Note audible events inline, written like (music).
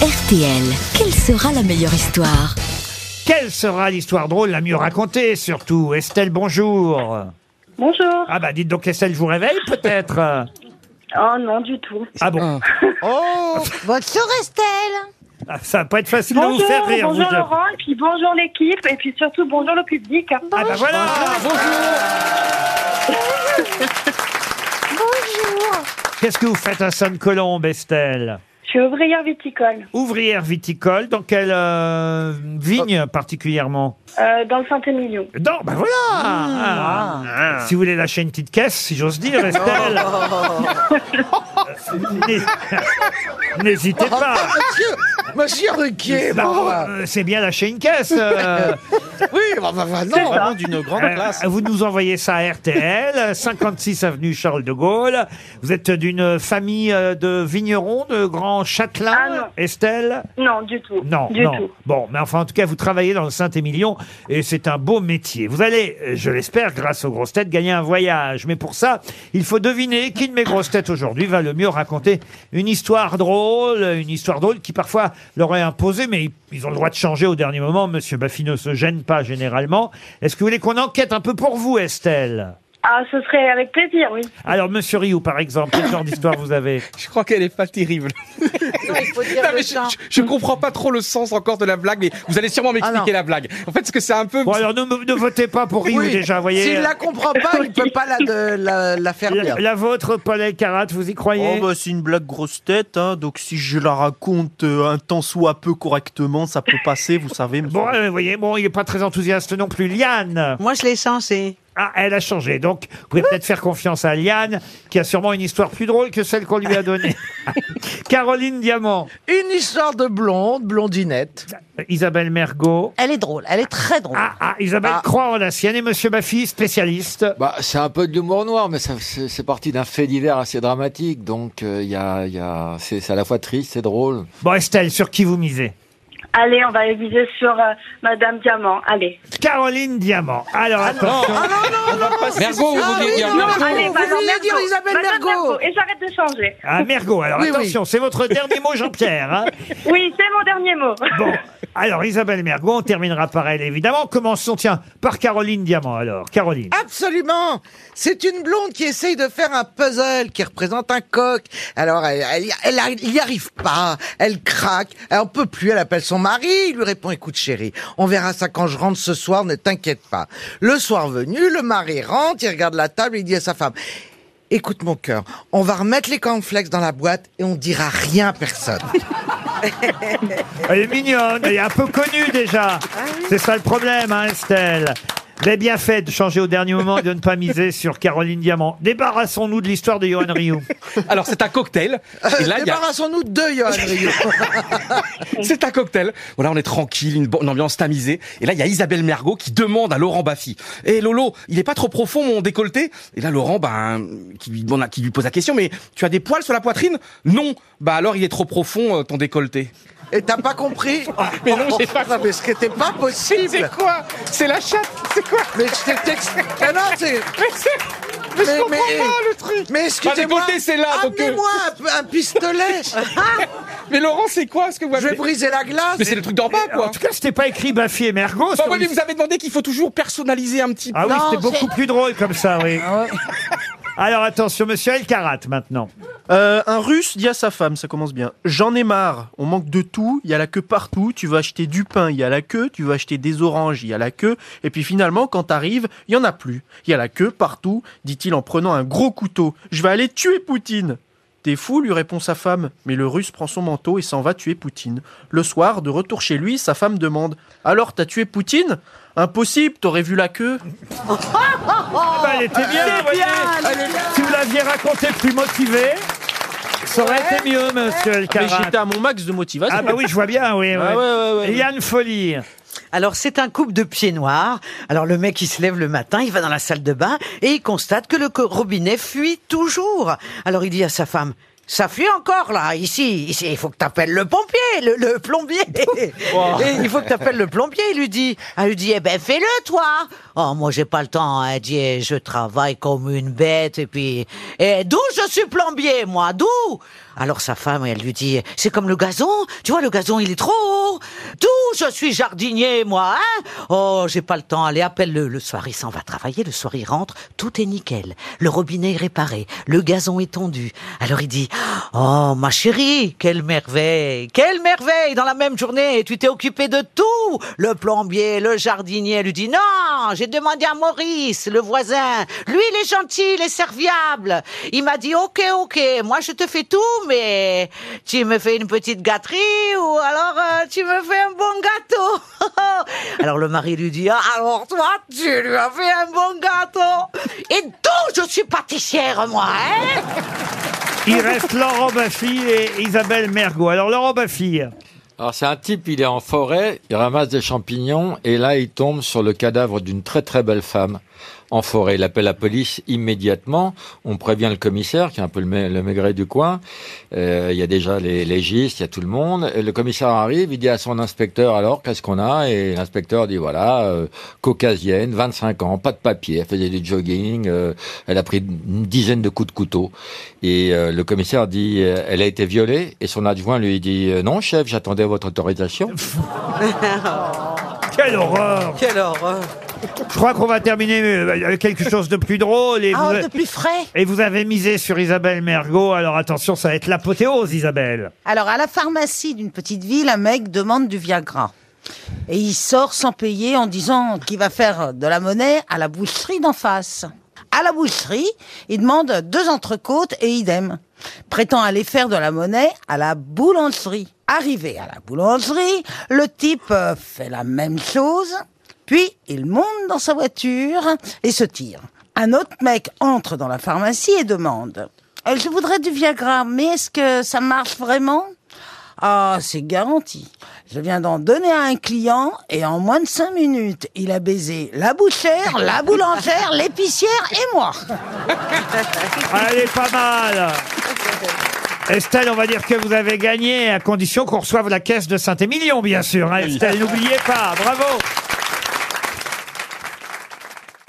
RTL, quelle sera la meilleure histoire Quelle sera l'histoire drôle la mieux racontée, surtout Estelle, bonjour Bonjour. Ah bah dites donc Estelle, je vous réveille peut-être Oh non, du tout. Ah bon Oh, bonjour Estelle Ah, Ça va pas être facile de vous Bonjour, faire rire, bonjour vous deux. Laurent, et puis bonjour l'équipe, et puis surtout bonjour le public. hein. Ah bah voilà Bonjour Qu'est-ce que vous faites à Sainte-Colombe, Estelle Je suis ouvrière viticole, Ouvrière viticole, dans quelle euh, vigne particulièrement euh, dans le Saint-Émilion. Non, bah voilà Ah. Si vous voulez lâcher une petite caisse, si j'ose dire, Estelle, n'hé- n'hésitez pas Monsieur, monsieur Ruquier, Bah, bah, euh, C'est bien lâcher une caisse euh. oui, bah, bah, bah, non, ça. d'une grande Euh, Vous nous envoyez ça à RTL, 56 avenue Charles de Gaulle. Vous êtes d'une famille euh, de vignerons, de grands châtelains, Ah non. Estelle Non, du tout. Non, du non. tout. Bon, mais enfin, en tout cas, vous travaillez dans le Saint-Émilion et c'est un beau métier. Vous allez, euh, je l'espère, grâce aux grosses têtes, gagner un voyage. Mais pour ça, il faut deviner qui de mes grosses têtes aujourd'hui va le mieux raconter une histoire drôle, une histoire drôle qui parfois leur est imposée, mais ils- ils ont le droit de changer au dernier moment. Monsieur Baffy ne se gêne pas généralement. Est-ce que vous voulez qu'on enquête un peu pour vous, Estelle Ah, ce serait avec plaisir, oui. Alors, Monsieur Rioux, par exemple, quel genre d'histoire vous avez Je crois qu'elle est pas terrible. Il bah, faut dire Non, le mais je, temps. je- je comprends pas trop le sens encore de la blague, mais vous allez sûrement m'expliquer Ah, non. la blague. En fait, ce que c'est un peu. Bon, alors ne, ne votez pas pour Rioux oui. déjà, voyez. euh, S'il la comprend pas, il peut pas la, de- la, la faire La, lire. la vôtre, Paul Elkarat, vous y croyez Oh bah c'est une blague grosse tête, hein, donc si je la raconte euh, un temps soit peu correctement, ça peut passer, vous savez. monsieur. Bon, euh, vous voyez, bon, il n'est pas très enthousiaste non plus. Liane, Moi, je l'ai changé. ah, elle a changé. Donc, vous pouvez peut-être faire confiance à Liane, qui a sûrement une histoire plus drôle que celle qu'on lui a donnée. Caroline Diamant, Euh, Une histoire de blonde, blondinette. Isabelle Mergot. Elle est drôle, elle est très drôle. Ah, ah, Isabelle Ah. croit en la sienne et Monsieur Baffy, spécialiste. Bah, c'est un peu de l'humour noir, mais ça- c'est c'est parti d'un fait divers assez dramatique, donc euh, il y a, il y a, c'est c'est à la fois triste et drôle. Bon, Estelle, sur qui vous misez Allez, on va viser sur euh, Madame Diamant, allez. Caroline Diamant. Alors, attention. Mergo, ah vous voulez dire bah, allez, vous vouliez dire Isabelle Madame Mergo. Et j'arrête de changer. Ah, Mergot, alors Oui, oui. attention, c'est votre dernier mot, Jean-Pierre. hein. Oui, c'est mon dernier mot. Bon, alors Isabelle Mergot, on terminera par elle, évidemment. Commençons, tiens, par Caroline Diamant, alors. Caroline. Absolument C'est une blonde qui essaye de faire un puzzle qui représente un coq. Alors, elle, elle, elle arri- elle y arrive pas, elle craque, elle en peut plus, elle appelle son mari, il lui répond, écoute chérie, on verra ça quand je rentre ce soir, ne t'inquiète pas. Le soir venu, le mari rentre, il regarde la table, il dit à sa femme, écoute mon cœur, on va remettre les cornflakes dans la boîte et on dira rien à personne. Elle est mignonne, elle est un peu connue déjà. Ah C'est ça le problème, hein, Estelle. Vous avez bien fait de changer au dernier moment et de ne pas miser sur Caroline Diamant. Débarrassons-nous de l'histoire de Johan Rioux. Alors, c'est un (laughs) cocktail. (laughs) Et là, il y a- Débarrassons-nous de Johan Rioux. c'est un cocktail. Voilà, on est tranquille, une, bonne ambiance tamisée. Et là, il y a Isabelle Mergot qui demande à Laurent Baffy. Eh Lolo, il est pas trop profond mon décolleté Et là, Laurent, ben, qui lui demande, qui lui pose la question, mais tu as des poils sur la poitrine Non. Bah alors, il est trop profond euh, ton décolleté. Et t'as pas compris mais non, j'ai pas Non, mais ce qui était pas C'est possible. quoi C'est la chatte C'est quoi Mais je t'ai texte. Ah non, c'est. Mais, c'est- mais je Mais- comprends mais- pas le truc. Mais excusez-moi. décolleté, c'est là, donc, euh. Amenez-moi un peu- un, pistolet. Mais Laurent, c'est quoi ce que vous je vais avez briser la glace. Mais c'est le truc d'en bas, En quoi. tout cas, c'était pas écrit Baffy et Mergo. Bah ouais, mais vous avez demandé qu'il faut toujours personnaliser un petit peu. Ah oui, Non, c'était beaucoup c'est- Ah plus drôle comme ça, oui. Alors attention, monsieur Elkarat maintenant. Oh. Euh, un russe dit à sa femme, ça commence bien, j'en ai marre, on manque de tout, il y a la queue partout, tu vas acheter du pain, il y a la queue, tu vas acheter des oranges, il y a la queue, et puis finalement, quand t'arrives, il y en a plus. Il y a la queue partout, dit-il en prenant un gros couteau, je vais aller tuer Poutine. T'es fou, lui répond sa femme, mais le russe prend son manteau et s'en va tuer Poutine. Le soir, de retour chez lui, sa femme demande, alors t'as tué Poutine Impossible, t'aurais vu la queue Ah bah, elle était bien, vous voyez. Si vous l'aviez raconté plus motivée, ça aurait été mieux, monsieur Mais Elkarat. j'étais à mon max de motivation. Ah bah oui, je vois bien, oui. Ah oui. ouais, ouais, ouais. Yann Folie. Alors c'est un couple de pieds noirs. Alors le mec il se lève le matin, il va dans la salle de bain et il constate que le co- robinet fuit toujours. Alors il dit à sa femme ça fuit encore là, ici, ici, il faut que t'appelles le pompier, le, le plombier. Et il faut que t'appelles le plombier, il lui dit. Elle lui dit, eh ben fais-le toi. Oh, moi j'ai pas le temps, elle dit, eh, je travaille comme une bête et puis, et d'où je suis plombier, moi, d'où Alors sa femme, elle lui dit, c'est comme le gazon, tu vois, le gazon, il est trop haut. D'où je suis jardinier, moi, hein Oh, j'ai pas le temps, allez, appelle-le. Le soir, il s'en va travailler, le soir, il rentre, tout est nickel. Le robinet est réparé, le gazon est tondu. Alors il dit, oh, ma chérie, quelle merveille, quelle merveille, dans la même journée, tu t'es occupé de tout. Le plombier, le jardinier lui dit, non, j'ai demandé à Maurice, le voisin. Lui, il est gentil, il est serviable. Il m'a dit, ok, ok, moi je te fais tout, mais tu me fais une petite gâterie ou alors euh, tu me fais un bon gâteau. (laughs) alors le mari lui dit, Ah, alors toi, tu lui as fait un bon gâteau. Et d'où je suis pâtissière, moi, hein Il reste Laurent Baffy et Isabelle Mergot. Alors Laurent Baffy, Alors c'est un type, il est en forêt, il ramasse des champignons et là il tombe sur le cadavre d'une très très belle femme en forêt. Il appelle la police immédiatement, on prévient le commissaire qui est un peu le, ma- le maigret du coin, Euh, il y a déjà les légistes, il y a tout le monde. Et le commissaire arrive, il dit à son inspecteur alors qu'est-ce qu'on a Et l'inspecteur dit voilà, euh, caucasienne, 25 ans, pas de papier, elle faisait du jogging, euh, elle a pris une dizaine de coups de couteau. Et euh, le commissaire dit euh, elle a été violée et son adjoint lui dit euh, non chef, j'attendais votre autorisation. quelle horreur Quelle horreur Je crois qu'on va terminer euh, avec quelque chose de plus drôle. Et, Ah, vous, de plus frais et vous avez misé sur Isabelle Mergot, alors attention, ça va être l'apothéose Isabelle. Alors, à la pharmacie d'une petite ville, un mec demande du Viagra. Et il sort sans payer en disant qu'il va faire de la monnaie à la boucherie d'en face. À la boucherie, il demande deux entrecôtes et idem. Prétend aller faire de la monnaie à la boulangerie. Arrivé à la boulangerie, le type euh, fait la même chose. Puis il monte dans sa voiture et se tire. Un autre mec entre dans la pharmacie et demande Euh, Je voudrais du Viagra, mais est-ce que ça marche vraiment Ah, c'est garanti. Je viens d'en donner à un client et en moins de cinq minutes, il a baisé la bouchère, la boulangère, l'épicière et moi. Ah, Elle est pas mal Estelle, on va dire que vous avez gagné à condition qu'on reçoive la caisse de Saint-Émilion, bien sûr. hein, Estelle, n'oubliez pas, bravo